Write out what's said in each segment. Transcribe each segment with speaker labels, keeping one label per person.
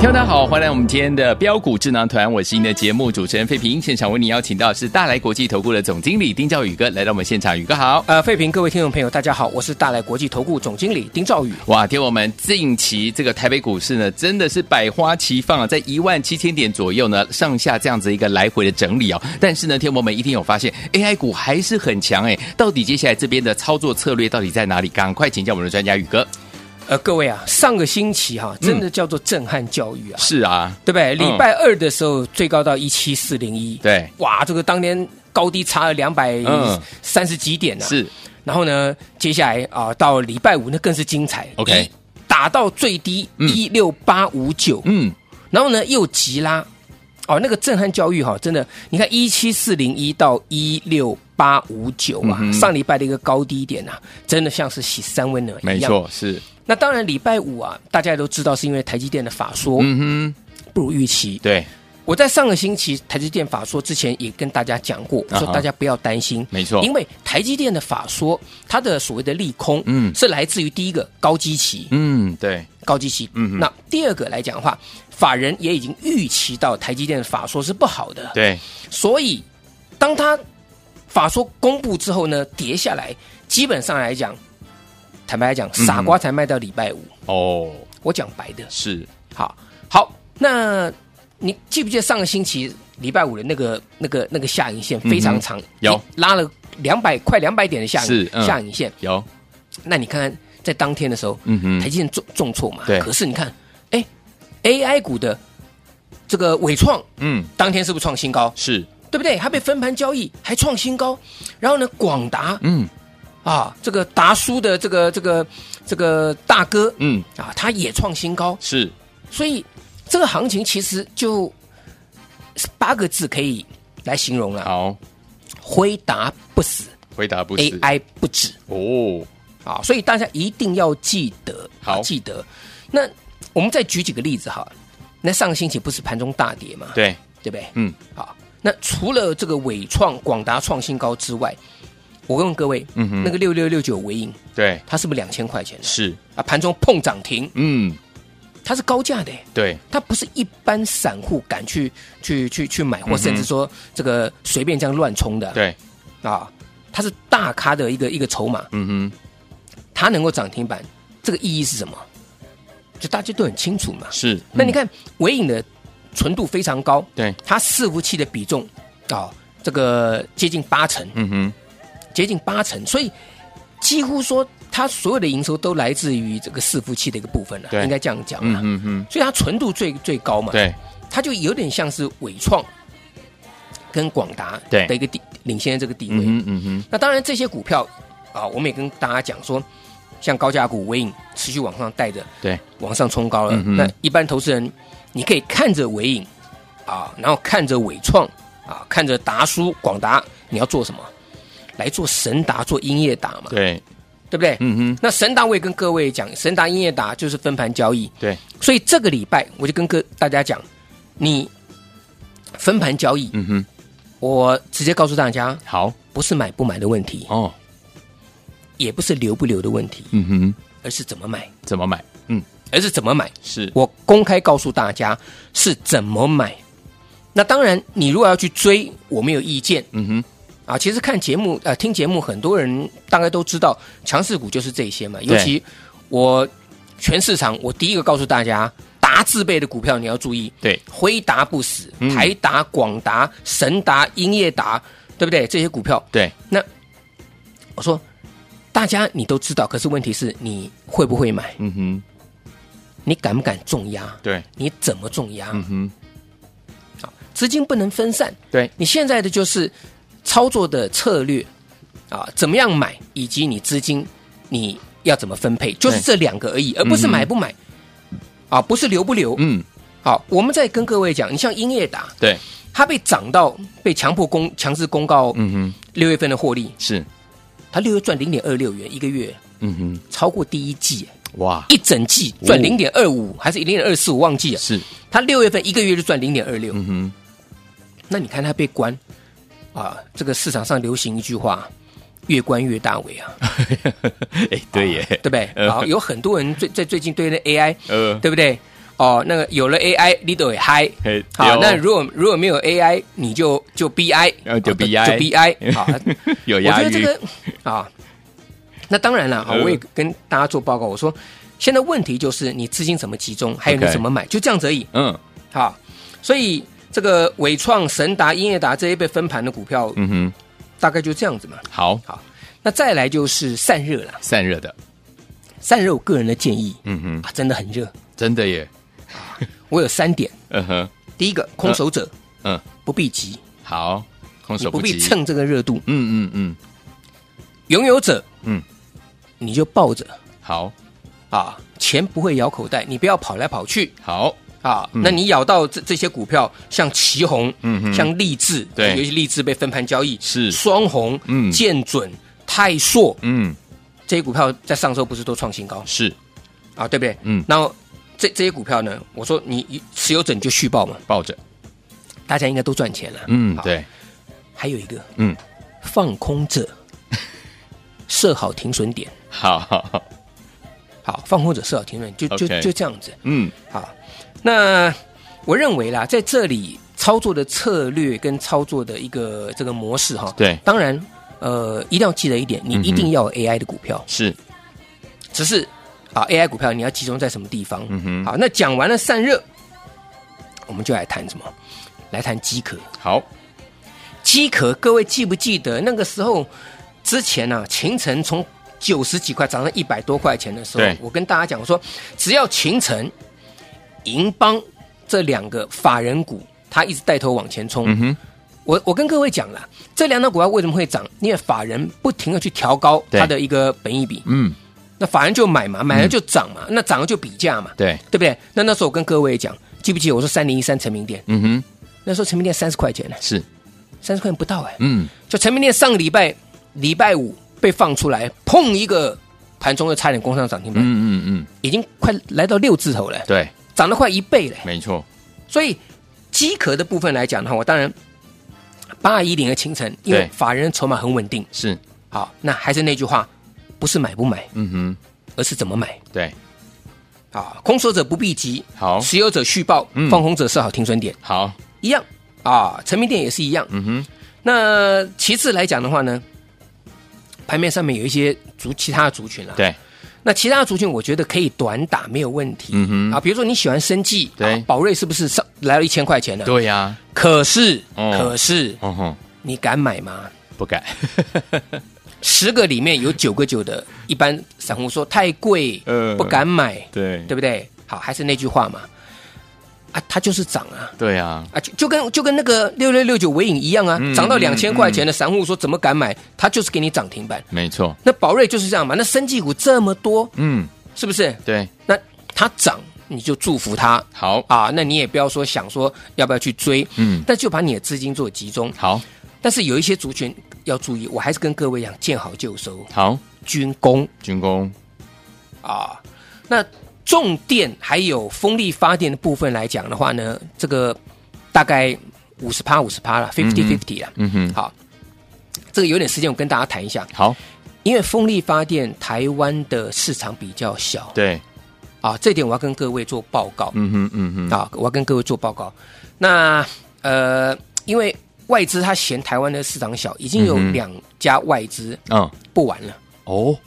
Speaker 1: 听众大家好，欢迎来我们今天的标股智囊团，我是您的节目主持人费平。现场为您邀请到是大来国际投顾的总经理丁兆宇哥来到我们现场，宇哥好。
Speaker 2: 呃，费评各位听众朋友，大家好，我是大来国际投顾总经理丁兆宇。
Speaker 1: 哇，听我们近期这个台北股市呢，真的是百花齐放啊，在一万七千点左右呢，上下这样子一个来回的整理哦。但是呢，天魔们一定有发现，AI 股还是很强哎。到底接下来这边的操作策略到底在哪里？赶快请教我们的专家宇哥。
Speaker 2: 呃，各位啊，上个星期哈、真的叫做震撼教育啊，
Speaker 1: 是啊，
Speaker 2: 对不对？礼
Speaker 1: 嗯
Speaker 2: 拜二的时候最高到一七四零一，
Speaker 1: 对，
Speaker 2: 哇，这个当天高低差了两百
Speaker 1: 嗯
Speaker 2: 三十几点呢、啊
Speaker 1: 是
Speaker 2: 然后呢，接下来啊、到礼拜五那更是精彩
Speaker 1: OK
Speaker 2: 一打到最低
Speaker 1: 嗯
Speaker 2: 一六八五九，
Speaker 1: 嗯，
Speaker 2: 然后呢又急拉，哦，那个震撼教育哈、真的，你看一七四零一到一六八五九啊，
Speaker 1: 嗯哼
Speaker 2: 上礼拜的一个高低点啊，真的像是洗三温暖一样。
Speaker 1: 没。错，是，
Speaker 2: 那当然，礼拜五啊，大家也都知道是因为台积电的法说、
Speaker 1: 嗯哼，
Speaker 2: 不如预期。
Speaker 1: 对，
Speaker 2: 我在上个星期台积电法说之前也跟大家讲过，我
Speaker 1: 啊
Speaker 2: 说
Speaker 1: 哈
Speaker 2: 大家不要担心，
Speaker 1: 没错
Speaker 2: 因为台积电的法说它的所谓的利空，
Speaker 1: 嗯
Speaker 2: 嗯，是来自于第一个高基期，
Speaker 1: 嗯，对，
Speaker 2: 高基期，
Speaker 1: 嗯哼
Speaker 2: 嗯，那第二个来讲的话，法人也已经预期到台积电的法说是不好的，
Speaker 1: 对，
Speaker 2: 所以当它法说公布之后呢，跌下来，基本上来讲，坦白来
Speaker 1: 嗯
Speaker 2: 讲，傻瓜才卖到礼拜五，
Speaker 1: 哦，
Speaker 2: 我讲白的，
Speaker 1: 是，
Speaker 2: 好，好，那你记不记得上个星期礼拜五的那个、那个、那个下影线非常长，
Speaker 1: 嗯有
Speaker 2: 拉了两百快两百点的下
Speaker 1: 是
Speaker 2: 影、
Speaker 1: 嗯
Speaker 2: 下影线。
Speaker 1: 有，
Speaker 2: 那你看看在当天的时候，
Speaker 1: 嗯哼
Speaker 2: 台积电重重挫嘛，
Speaker 1: 对
Speaker 2: 可是你看，哎，AI 股的这个伟创
Speaker 1: 嗯，
Speaker 2: 当天是不是创新高？
Speaker 1: 是，
Speaker 2: 对不对？它被分盘交易还创新高，然后呢，广达
Speaker 1: 嗯
Speaker 2: 啊，这个达叔的这个这个这个大哥
Speaker 1: 嗯，
Speaker 2: 啊，他也创新高，
Speaker 1: 是，
Speaker 2: 所以这个行情其实就八个字可以来形容了：
Speaker 1: 好，
Speaker 2: 回答不死
Speaker 1: 回答不是
Speaker 2: AI 不止
Speaker 1: 哦，
Speaker 2: 啊！所以大家一定要记得，啊
Speaker 1: 好
Speaker 2: 记得。那我们再举几个例子哈。那上个星期不是盘中大跌嘛？
Speaker 1: 对，
Speaker 2: 对不对？
Speaker 1: 嗯，
Speaker 2: 好，那除了这个伟创、广达创新高之外，我问各位，
Speaker 1: 嗯哼
Speaker 2: 那个六六六九尾影，
Speaker 1: 对，
Speaker 2: 它是不是两千块钱的？
Speaker 1: 是，
Speaker 2: 啊，盘中碰涨停，
Speaker 1: 嗯，
Speaker 2: 它是高价的、
Speaker 1: 对，
Speaker 2: 它不是一般散户敢去去去去买，
Speaker 1: 嗯
Speaker 2: 或
Speaker 1: 哼
Speaker 2: 甚至说这个随便这样乱冲的。
Speaker 1: 嗯对，
Speaker 2: 啊，它是大咖的一个一个筹码，
Speaker 1: 嗯哼，
Speaker 2: 它能够涨停板，这个意义是什么？就大家都很清楚嘛。
Speaker 1: 是，
Speaker 2: 那你
Speaker 1: 嗯，
Speaker 2: 看尾影的纯度非常高，
Speaker 1: 对，
Speaker 2: 它伺服器的比重啊，这个接近八成，
Speaker 1: 嗯哼，
Speaker 2: 接近八成，所以几乎说它所有的营收都来自于这个伺服器的一个部分了、
Speaker 1: 对
Speaker 2: 应该这样讲
Speaker 1: 嗯
Speaker 2: 啊。
Speaker 1: 哼哼，
Speaker 2: 所以它纯度最最高嘛。
Speaker 1: 对，
Speaker 2: 它就有点像是伟创跟广达
Speaker 1: 对
Speaker 2: 的一个地领先的这个地位。
Speaker 1: 嗯哼嗯哼，
Speaker 2: 那当然，这些股票啊，我们也跟大家讲说，像高价股尾影持续往上带着，
Speaker 1: 对，
Speaker 2: 往上冲高了。
Speaker 1: 嗯哼
Speaker 2: 那一般投资人，你可以看着尾影啊，然后看着伟创啊，看着达叔、广达，你要做什么？来做神达，做英业达嘛，
Speaker 1: 对，
Speaker 2: 对不对？
Speaker 1: 嗯哼，
Speaker 2: 那神达我也跟各位讲，神达英业达就是分盘交易，
Speaker 1: 对，
Speaker 2: 所以这个礼拜我就跟各大家讲，你分盘交易，
Speaker 1: 嗯哼，
Speaker 2: 我直接告诉大家，
Speaker 1: 好，
Speaker 2: 不是买不买的问题，
Speaker 1: 哦，
Speaker 2: 也不是留不留的问题，
Speaker 1: 嗯哼，
Speaker 2: 而是怎么买，
Speaker 1: 怎么买？嗯，
Speaker 2: 而是怎么买。
Speaker 1: 是，
Speaker 2: 我公开告诉大家是怎么买。那当然，你如果要去追，我没有意见
Speaker 1: 嗯哼，
Speaker 2: 啊。其实看节目，呃，听节目，很多人大概都知道，强势股就是这些嘛。尤其我全市场，我第一个告诉大家，达字辈的股票你要注意，
Speaker 1: 对，
Speaker 2: 辉达不死
Speaker 1: 嗯，
Speaker 2: 台达、广达、神达、英业达，对不对？这些股票，
Speaker 1: 对，
Speaker 2: 我说大家你都知道，可是问题是你会不会买？
Speaker 1: 嗯哼，
Speaker 2: 你敢不敢重压？
Speaker 1: 对，嗯
Speaker 2: 你怎么重压？啊
Speaker 1: 嗯哼，
Speaker 2: 资金不能分散。
Speaker 1: 对
Speaker 2: 你现在的就是操作的策略啊，怎么样买，以及你资金你要怎么分配，就是
Speaker 1: 对
Speaker 2: 这两个而已，而不是买不买、啊，不是留不留。
Speaker 1: 嗯，
Speaker 2: 好，我们再跟各位讲，你像英业达，
Speaker 1: 对，
Speaker 2: 它被涨到被强迫公强制公告
Speaker 1: 嗯哼，
Speaker 2: 六月份的获利，
Speaker 1: 是，
Speaker 2: 它六月赚零点二六元一个月，
Speaker 1: 嗯哼，
Speaker 2: 超过第一季
Speaker 1: 哇，
Speaker 2: 一整季赚
Speaker 1: 哦
Speaker 2: 零点二五还是零点二四，我忘记了。
Speaker 1: 是，
Speaker 2: 它六月份一个月就赚零点二六，
Speaker 1: 嗯哼，
Speaker 2: 那你看它被关啊，这个市场上流行一句话。越关越大尾 啊，
Speaker 1: 哎，对耶，
Speaker 2: 对不对？
Speaker 1: 呃
Speaker 2: 啊，有很多人最在最近对那 AI，
Speaker 1: 呃，
Speaker 2: 对不对？哦，那个有了 AI，你都会嗨。
Speaker 1: 嘿
Speaker 2: 好，
Speaker 1: 对哦
Speaker 2: 那如果如果没有 AI，你就就 BI，
Speaker 1: 呃就
Speaker 2: 啊
Speaker 1: BI
Speaker 2: 就 BI。好，
Speaker 1: 有
Speaker 2: 我觉
Speaker 1: 押
Speaker 2: 得这
Speaker 1: 韵，
Speaker 2: 个啊，那当然了啊，
Speaker 1: 呃
Speaker 2: 我也跟大家做报告，我说现在问题就是你资金怎么集中，还有你
Speaker 1: OK
Speaker 2: 怎么买，就这样子而已。
Speaker 1: 嗯
Speaker 2: 好，所以这个伟创、神达、英业达这些被分盘的股票，
Speaker 1: 嗯哼，
Speaker 2: 大概就这样子嘛。
Speaker 1: 好，
Speaker 2: 那再来就是散热啦，
Speaker 1: 散热的，
Speaker 2: 散热我个人的建议
Speaker 1: 嗯哼，
Speaker 2: 啊，真的很热。
Speaker 1: 真的耶，
Speaker 2: 我有三点，
Speaker 1: 嗯哼，
Speaker 2: 第一个空手者，
Speaker 1: 呃嗯，
Speaker 2: 不必急，
Speaker 1: 好，空
Speaker 2: 你
Speaker 1: 手
Speaker 2: 不必
Speaker 1: 及，
Speaker 2: 蹭这个热度，
Speaker 1: 嗯嗯嗯，
Speaker 2: 拥有者，
Speaker 1: 嗯，
Speaker 2: 你就抱着
Speaker 1: 好，
Speaker 2: 啊，钱不会咬口袋，你不要跑来跑去
Speaker 1: 好，
Speaker 2: 啊。
Speaker 1: 嗯
Speaker 2: 那你咬到这这些股票，像旗红，
Speaker 1: 嗯哼
Speaker 2: 像励志，
Speaker 1: 对
Speaker 2: 尤其励志被分盘交易，
Speaker 1: 是
Speaker 2: 双红，
Speaker 1: 嗯
Speaker 2: 建准、泰硕
Speaker 1: 嗯，
Speaker 2: 这些股票在上周不是都创新高
Speaker 1: 是
Speaker 2: 啊，对不对？
Speaker 1: 嗯
Speaker 2: 然后这这些股票呢，我说你持有者你就续报嘛，
Speaker 1: 抱着，
Speaker 2: 大家应该都赚钱了。
Speaker 1: 嗯，
Speaker 2: 好。
Speaker 1: 对，
Speaker 2: 还有一个
Speaker 1: 嗯，
Speaker 2: 放空 者，设好停损点。
Speaker 1: 好好，好
Speaker 2: 好，放空者设好停损点，就就
Speaker 1: OK
Speaker 2: 就这样子。
Speaker 1: 嗯，
Speaker 2: 好，那我认为啦，在这里操作的策略跟操作的一个这个模式哈，
Speaker 1: 对，
Speaker 2: 当然呃，一定要记得一点，你
Speaker 1: 嗯哼
Speaker 2: 一定要有 AI 的股票，
Speaker 1: 是，
Speaker 2: 只是啊 AI 股票你要集中在什么地方？
Speaker 1: 嗯哼，
Speaker 2: 好，那讲完了散热，我们就来谈什么？来谈机壳。
Speaker 1: 好，
Speaker 2: 机壳，各位记不记得那个时候之前啊，秦城从九十几块涨到一百多块钱的时候
Speaker 1: 对，
Speaker 2: 我跟大家讲，我说只要秦城、银邦这两个法人股，它一直带头往前冲。
Speaker 1: 嗯哼，
Speaker 2: 我我跟各位讲了，这两档股票为什么会涨？因为法人不停的去调高
Speaker 1: 对
Speaker 2: 它的一个本益比，
Speaker 1: 嗯，
Speaker 2: 那法人就买嘛，买了就涨嘛，那涨了就比价嘛，
Speaker 1: 对，
Speaker 2: 对不对？那那时候我跟各位讲，记不记得我说三零一三成名店？
Speaker 1: 嗯哼，
Speaker 2: 那时候成名店三十块钱呢，
Speaker 1: 是，
Speaker 2: 三十块钱不到哎、
Speaker 1: 嗯，
Speaker 2: 就陈明念上个礼拜礼拜五被放出来，砰一个盘中就差点攻上涨停板，
Speaker 1: 嗯嗯嗯，
Speaker 2: 已经快来到六字头了，
Speaker 1: 对，
Speaker 2: 涨了快一倍了。
Speaker 1: 没错，
Speaker 2: 所以机壳的部分来讲的话，我当然八一零的清晨，因为
Speaker 1: 对
Speaker 2: 法人筹码很稳定。
Speaker 1: 是，
Speaker 2: 好，那还是那句话，不是买不买，
Speaker 1: 嗯
Speaker 2: 而是怎么买
Speaker 1: 哼，对，
Speaker 2: 啊！空手者不必急，
Speaker 1: 好，
Speaker 2: 持有者续报，
Speaker 1: 嗯
Speaker 2: 放空者设好停损点，
Speaker 1: 好，
Speaker 2: 一样啊。成名店也是一样。
Speaker 1: 嗯哼，
Speaker 2: 那其次来讲的话呢，盘面上面有一些族其他的族群啦、
Speaker 1: 对，
Speaker 2: 那其他的族群，我觉得可以短打没有问题。
Speaker 1: 嗯哼
Speaker 2: 啊，比如说你喜欢生计，
Speaker 1: 对
Speaker 2: 啊宝瑞是不是上来了一千块钱呢？。
Speaker 1: 对呀，
Speaker 2: 可是，
Speaker 1: 哦
Speaker 2: 可是
Speaker 1: 嗯哼，
Speaker 2: 你敢买吗？
Speaker 1: 不敢，
Speaker 2: 十个里面有九个九的，一般散户说太贵，
Speaker 1: 呃
Speaker 2: 不敢买，
Speaker 1: 对
Speaker 2: 对不对？好，还是那句话嘛，啊，它就是涨啊。
Speaker 1: 对呀，
Speaker 2: 啊，就就跟就跟那个六六六九尾影一样啊
Speaker 1: 嗯，
Speaker 2: 涨到
Speaker 1: 嗯
Speaker 2: 两千块钱的散户说怎么敢买？它就是给你涨停板。
Speaker 1: 没错，
Speaker 2: 那宝瑞就是这样嘛，那生技股这么多，
Speaker 1: 嗯，
Speaker 2: 是不是？
Speaker 1: 对，
Speaker 2: 那它涨你就祝福它
Speaker 1: 好，
Speaker 2: 啊，那你也不要说想说要不要去追，
Speaker 1: 嗯，
Speaker 2: 那就把你的资金做集中。
Speaker 1: 好，
Speaker 2: 但是有一些族群要注意，我还是跟各位讲，见好就收，
Speaker 1: 好，
Speaker 2: 军工
Speaker 1: 军工，
Speaker 2: 啊，那重电还有风力发电的部分来讲的话呢，这个大概五十趴五十趴了，fifty fifty 了。
Speaker 1: 嗯哼，
Speaker 2: 好，这个有点时间，我跟大家谈一下，
Speaker 1: 好，
Speaker 2: 因为风力发电台湾的市场比较小
Speaker 1: 对，
Speaker 2: 啊，这点我要跟各位做报告。
Speaker 1: 嗯哼，嗯哼，
Speaker 2: 啊，我要跟各位做报告。那呃，因为外资它嫌台湾的市场小，已经有
Speaker 1: 嗯哼
Speaker 2: 两家外资
Speaker 1: 嗯，
Speaker 2: 不玩了
Speaker 1: 哦，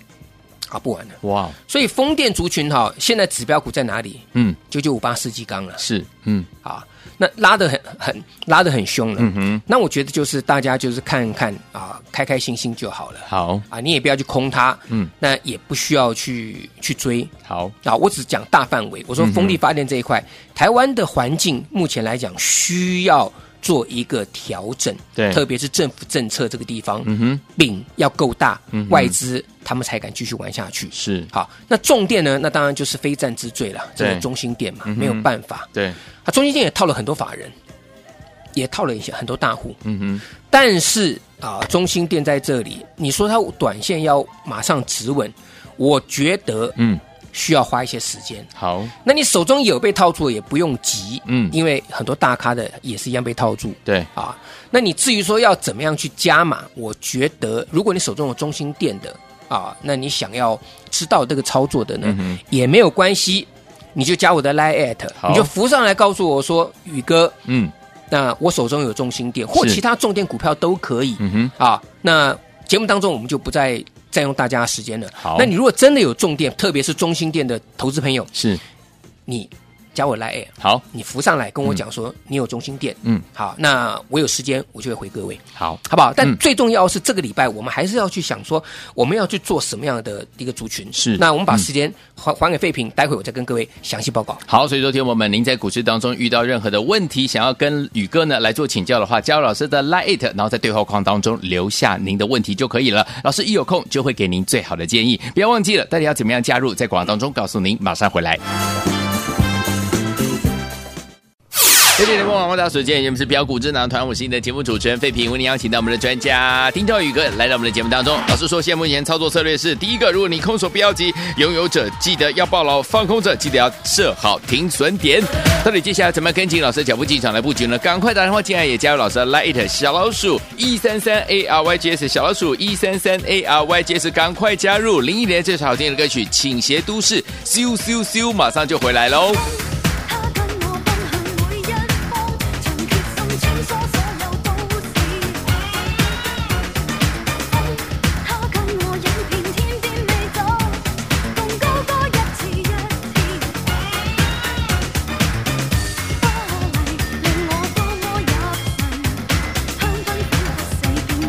Speaker 2: 啊，不玩了。
Speaker 1: 哇，
Speaker 2: 所以风电族群哈、现在指标股在哪里？
Speaker 1: 嗯，
Speaker 2: 九九五八世纪钢了
Speaker 1: 是，嗯，
Speaker 2: 啊，那拉得很很拉得很凶了。
Speaker 1: 嗯哼，
Speaker 2: 那我觉得就是大家就是看看啊，开开心心就好了
Speaker 1: 好，
Speaker 2: 啊，你也不要去空它，
Speaker 1: 嗯，
Speaker 2: 那也不需要去去追。
Speaker 1: 好，
Speaker 2: 啊，我只
Speaker 1: 嗯
Speaker 2: 讲大范围。我说风力发电这一块，台湾的环境目前来讲需要做一个调整，
Speaker 1: 对
Speaker 2: 特别是政府政策这个地方，
Speaker 1: 嗯哼，
Speaker 2: 饼要够大，
Speaker 1: 嗯哼
Speaker 2: 外资他们才敢继续玩下去。
Speaker 1: 是，
Speaker 2: 好，那重点呢？那当然就是非战之罪了，这
Speaker 1: 对
Speaker 2: 个中心店嘛，
Speaker 1: 嗯哼
Speaker 2: 没有办法。
Speaker 1: 对，
Speaker 2: 啊，中心店也套了很多法人，也套了一些很多大户，
Speaker 1: 嗯哼，
Speaker 2: 但是啊，中心店在这里，你说它短线要马上止稳，我觉得
Speaker 1: 嗯，
Speaker 2: 需要花一些时间。
Speaker 1: 好，
Speaker 2: 那你手中有被套住的也不用急，
Speaker 1: 嗯
Speaker 2: 因为很多大咖的也是一样被套住
Speaker 1: 对，
Speaker 2: 啊。那你至于说要怎么样去加码，我觉得如果你手中有中心店的啊，那你想要知道这个操作的呢，
Speaker 1: 嗯
Speaker 2: 也没有关系，你就加我的 line at，
Speaker 1: 好
Speaker 2: 你就浮上来告诉我说，宇哥，
Speaker 1: 嗯，
Speaker 2: 那我手中有中心店或
Speaker 1: 是
Speaker 2: 其他重点股票都可以，
Speaker 1: 嗯哼，
Speaker 2: 啊，那节目当中我们就不再占用大家的时间了。
Speaker 1: 好
Speaker 2: 那你如果真的有重点，特别是中心店的投资朋友，
Speaker 1: 是，
Speaker 2: 你加我来，
Speaker 1: 好，
Speaker 2: 你浮上来跟我讲说你有中心店，
Speaker 1: 嗯，
Speaker 2: 好，那我有时间我就会回各位，
Speaker 1: 好，
Speaker 2: 好不好？但
Speaker 1: 嗯
Speaker 2: 最重要是这个礼拜我们还是要去想说我们要去做什么样的一个族群。
Speaker 1: 是
Speaker 2: 那我们把
Speaker 1: 嗯
Speaker 2: 时间还还给废品，待会我再跟各位详细报告。
Speaker 1: 好，所以说，听我们，您在股市当中遇到任何的问题，想要跟宇哥呢来做请教的话，加入老师的 Line it，然后在对话框当中留下您的问题就可以了。老师一有空就会给您最好的建议。不要忘记了，到底要怎么样加入，在广告当中告诉您。马上回来。九点的播网大家所见，我们是标股智囊团，我是你的节目主持人费平，为您邀请到我们的专家丁兆宇哥来到我们的节目当中。老师说，现在目前操作策略是：第一个，如果你空手不要急，拥有者记得要抱牢，放空者记得要设好停损点。到底接下来怎么样跟紧老师的脚步进场来布局呢？赶快打电话进来，也加入老师的 Light 小老鼠一三三 A R Y G S 小老鼠一三三 A R Y G S，赶快加入林忆莲最好听的歌曲《倾斜都市》，咻咻咻，马上就回来喽。
Speaker 3: 他跟我奔向每一方，盡決心穿梭所有都市。他跟我影遍天邊美酒，共高歌一次一次。花麗令我多麼入神，香檳粉不死偏激情。東西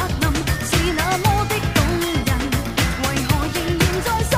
Speaker 3: 柏林是那麼的動人，為何仍然在想跟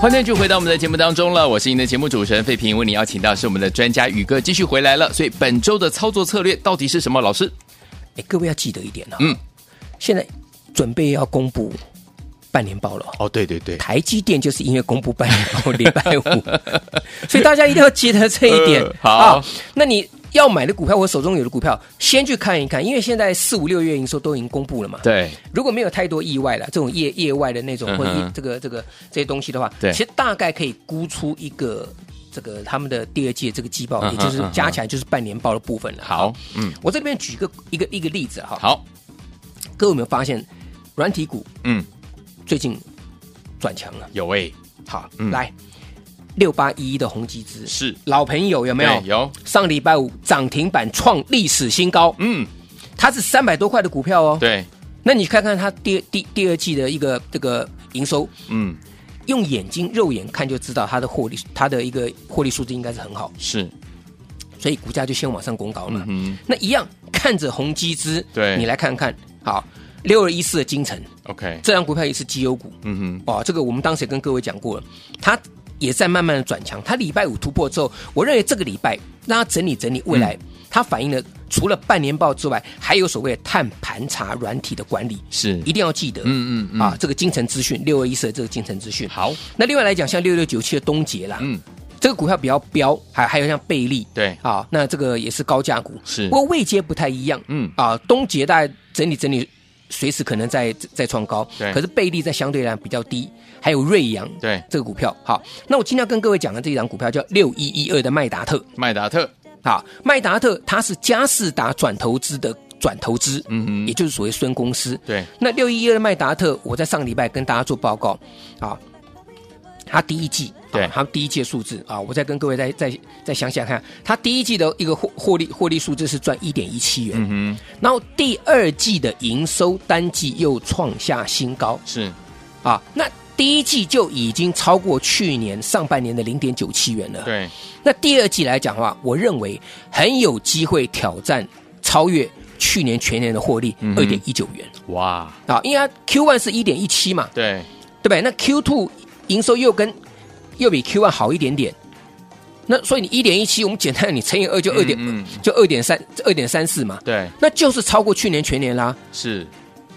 Speaker 1: 欢迎继续回到我们的节目当中了，我是您的节目主持人费平，为您邀请到是我们的专家宇哥继续回来了。所以本周的操作策略到底是什么？老师，
Speaker 2: 哎，各位要记得一点啊，
Speaker 1: 嗯，
Speaker 2: 现在准备要公布半年报了哦。
Speaker 1: 哦，对对对，
Speaker 2: 台积电就是因为公布半年报礼拜五， 所以大家一定要记得这一点。 啊
Speaker 1: 呃好
Speaker 2: 那你要买的股票，我手中有的股票，先去看一看，因为现在四五六月营收都已经公布了嘛。
Speaker 1: 对，
Speaker 2: 如果没有太多意外了，这种业业外的那种
Speaker 1: 嗯哼
Speaker 2: 或者一这个这个这些东西的话，
Speaker 1: 对
Speaker 2: 其实大概可以估出一个这个他们的第二季这个季报，
Speaker 1: 嗯哼
Speaker 2: 也就是
Speaker 1: 嗯哼
Speaker 2: 加起来就是半年报的部分了。
Speaker 1: 好，嗯，
Speaker 2: 我这边举一个一个一个例子哈，
Speaker 1: 好，
Speaker 2: 各位有没有发现，软体股
Speaker 1: 嗯，
Speaker 2: 最近转强了？
Speaker 1: 有诶，
Speaker 2: 好，
Speaker 1: 嗯
Speaker 2: 来六八一一的宏基资
Speaker 1: 是
Speaker 2: 老朋友有没有
Speaker 1: 对？有，
Speaker 2: 上礼拜五涨停板创历史新高，
Speaker 1: 嗯，
Speaker 2: 它是三百多块的股票哦。
Speaker 1: 对，
Speaker 2: 那你看看它第第第二季的一个这个营收，
Speaker 1: 嗯，
Speaker 2: 用眼睛肉眼看就知道它的获利，它的一个获利数字应该是很好，
Speaker 1: 是，
Speaker 2: 所以股价就先往上拱高嘛。
Speaker 1: 嗯
Speaker 2: 那一样看着宏基资，
Speaker 1: 对
Speaker 2: 你来看看，好，六二一四的金城
Speaker 1: 哼，OK，
Speaker 2: 这张股票也是绩优股
Speaker 1: 嗯
Speaker 2: 哦，这个我们当时也跟各位讲过了，它也在慢慢的转强，它礼拜五突破之后，我认为这个礼拜让它整理整理未来，
Speaker 1: 嗯
Speaker 2: 它反映了除了半年报之外，还有所谓的碳盘查软体的管理
Speaker 1: 哼，，是，
Speaker 2: 一定要记得，
Speaker 1: 嗯嗯嗯
Speaker 2: 啊，这个金城资讯六二一四的这个金城资讯，
Speaker 1: 好，
Speaker 2: 那另外来讲，像六六九七的东杰啦，
Speaker 1: 嗯，
Speaker 2: 这个股票比较标，还还有像贝利，
Speaker 1: 对
Speaker 2: 啊，那这个也是高价股，
Speaker 1: 是
Speaker 2: 不过位阶不太一样，
Speaker 1: 嗯
Speaker 2: 啊，东杰大概整理整理，随时可能在在创高，
Speaker 1: 对
Speaker 2: 可是贝利在相对来讲比较低，还有瑞阳，
Speaker 1: 对
Speaker 2: 这个股票，好，那我今天要跟各位讲的这一档股票叫六一一二的麦达特，
Speaker 1: 麦达特，
Speaker 2: 啊，麦达特它是佳士达转投资的转投资，
Speaker 1: 嗯哼
Speaker 2: 也就是所谓孙公司，
Speaker 1: 对，
Speaker 2: 那六一一二的麦达特，我在上个礼拜跟大家做报告啊，它第一季
Speaker 1: 对
Speaker 2: 啊它第一季的数字啊，我再跟各位再再再想想看，它第一季的一个获获利获利数字是赚一点一七元，
Speaker 1: 嗯哼，
Speaker 2: 然后第二季的营收单季又创下新高
Speaker 1: 是，
Speaker 2: 啊，那第一季就已经超过去年上半年的零点九七元了，
Speaker 1: 对，
Speaker 2: 那第二季来讲的话，我认为很有机会挑战超越去年全年的获利
Speaker 1: 嗯
Speaker 2: 二
Speaker 1: 哼
Speaker 2: 点一九元。
Speaker 1: 哇，
Speaker 2: 啊，因为它 Q one 是一点一七嘛，
Speaker 1: 对，
Speaker 2: 对不对？那 Q two 营收又跟又比 Q one 好一点点，那所以你一点一七，我们简单地你乘以二就二点、
Speaker 1: 嗯嗯
Speaker 2: 就二点三二点三四嘛，
Speaker 1: 对，
Speaker 2: 那就是超过去年全年啦。
Speaker 1: 是，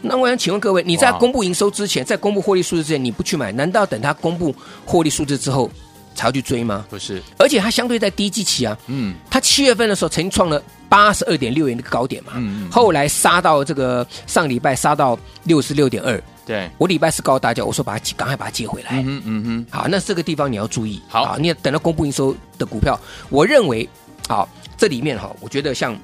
Speaker 2: 那我想请问各位，你在
Speaker 1: 哇
Speaker 2: 公布营收之前，在公布获利数字之前，你不去买，难道等它公布获利数字之后才要去追吗？
Speaker 1: 不是，
Speaker 2: 而且它相对在低基期啊，
Speaker 1: 嗯，
Speaker 2: 它七月份的时候曾经创了八十二点六元的高点嘛，
Speaker 1: 嗯嗯嗯
Speaker 2: 后来杀到这个上礼拜杀到六十六点二，
Speaker 1: 对，
Speaker 2: 我礼拜四告诉大家，我说把它接赶快把它接回来。
Speaker 1: 嗯哼，嗯哼，
Speaker 2: 好，那这个地方你要注意。
Speaker 1: 好
Speaker 2: 啊你等到公布营收的股票，我认为，好，这里面哈，我觉得像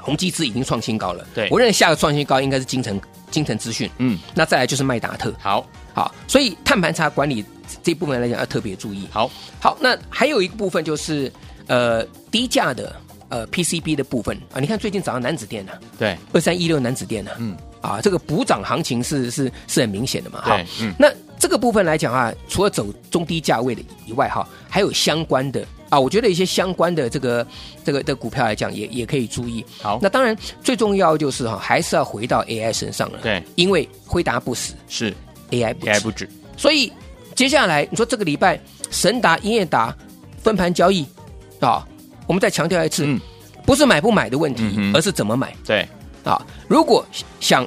Speaker 2: 宏基资已经创新高了，
Speaker 1: 对
Speaker 2: 我认为下个创新高应该是金城金城资讯，
Speaker 1: 嗯，
Speaker 2: 那再来就是麦达特。
Speaker 1: 好，
Speaker 2: 好，所以碳盘查管理这这一部分来讲要特别注意。
Speaker 1: 好，
Speaker 2: 好，那还有一个部分就是呃低价的呃 PCB 的部分啊，你看最近早上南子电呢、啊，
Speaker 1: 对，
Speaker 2: 二三一六南子电呢、啊，
Speaker 1: 嗯，
Speaker 2: 啊，这个补涨行情是是是很明显的嘛，哈
Speaker 1: 对，嗯
Speaker 2: 那这个部分来讲啊，除了走中低价位的以外哈，还有相关的啊，我觉得一些相关的这个这个的股票来讲也也可以注意。
Speaker 1: 好
Speaker 2: 那当然最重要就是哈，还是要回到 AI 身上了，
Speaker 1: 对，
Speaker 2: 因为辉达不死
Speaker 1: 是
Speaker 2: ，AI 不
Speaker 1: ，AI
Speaker 2: 死，
Speaker 1: 不止，
Speaker 2: 所以接下来你说这个礼拜神达、英业达分盘交易啊，我们再强调一次，
Speaker 1: 嗯
Speaker 2: 不是买不买的问题，
Speaker 1: 嗯哼
Speaker 2: 而是怎么买。
Speaker 1: 对，
Speaker 2: 啊，如果想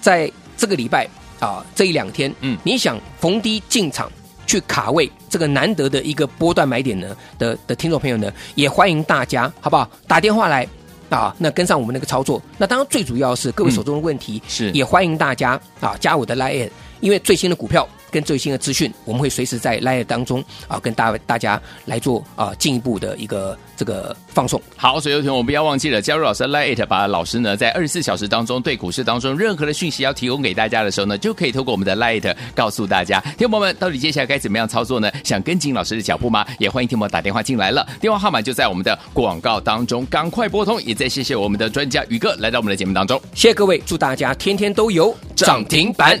Speaker 2: 在这个礼拜啊这一两天，
Speaker 1: 嗯
Speaker 2: 你想逢低进场去卡位这个难得的一个波段买点呢的的听众朋友呢，也欢迎大家好不好？打电话来啊，那跟上我们那个操作。那当然最主要是各位
Speaker 1: 嗯
Speaker 2: 手中的问题，
Speaker 1: 是
Speaker 2: 也欢迎大家啊加我的 line，因为最新的股票。跟最新的资讯，我们会随时在 line 当中啊，跟大大家来做啊进一步的一个这个放送。
Speaker 1: 好，所以有听我们不要忘记了加入老师的 Lite，把老师呢在二十四小时当中对股市当中任何的讯息要提供给大家的时候呢，就可以透过我们的 Lite 告诉大家。听众朋友们，到底接下来该怎么样操作呢？想跟紧老师的脚步吗？也欢迎听众朋友打电话进来了，电话号码就在我们的广告当中，赶快拨通。也再谢谢我们的专家宇哥来到我们的节目当中。
Speaker 2: 谢谢各位，祝大家天天都有涨停板。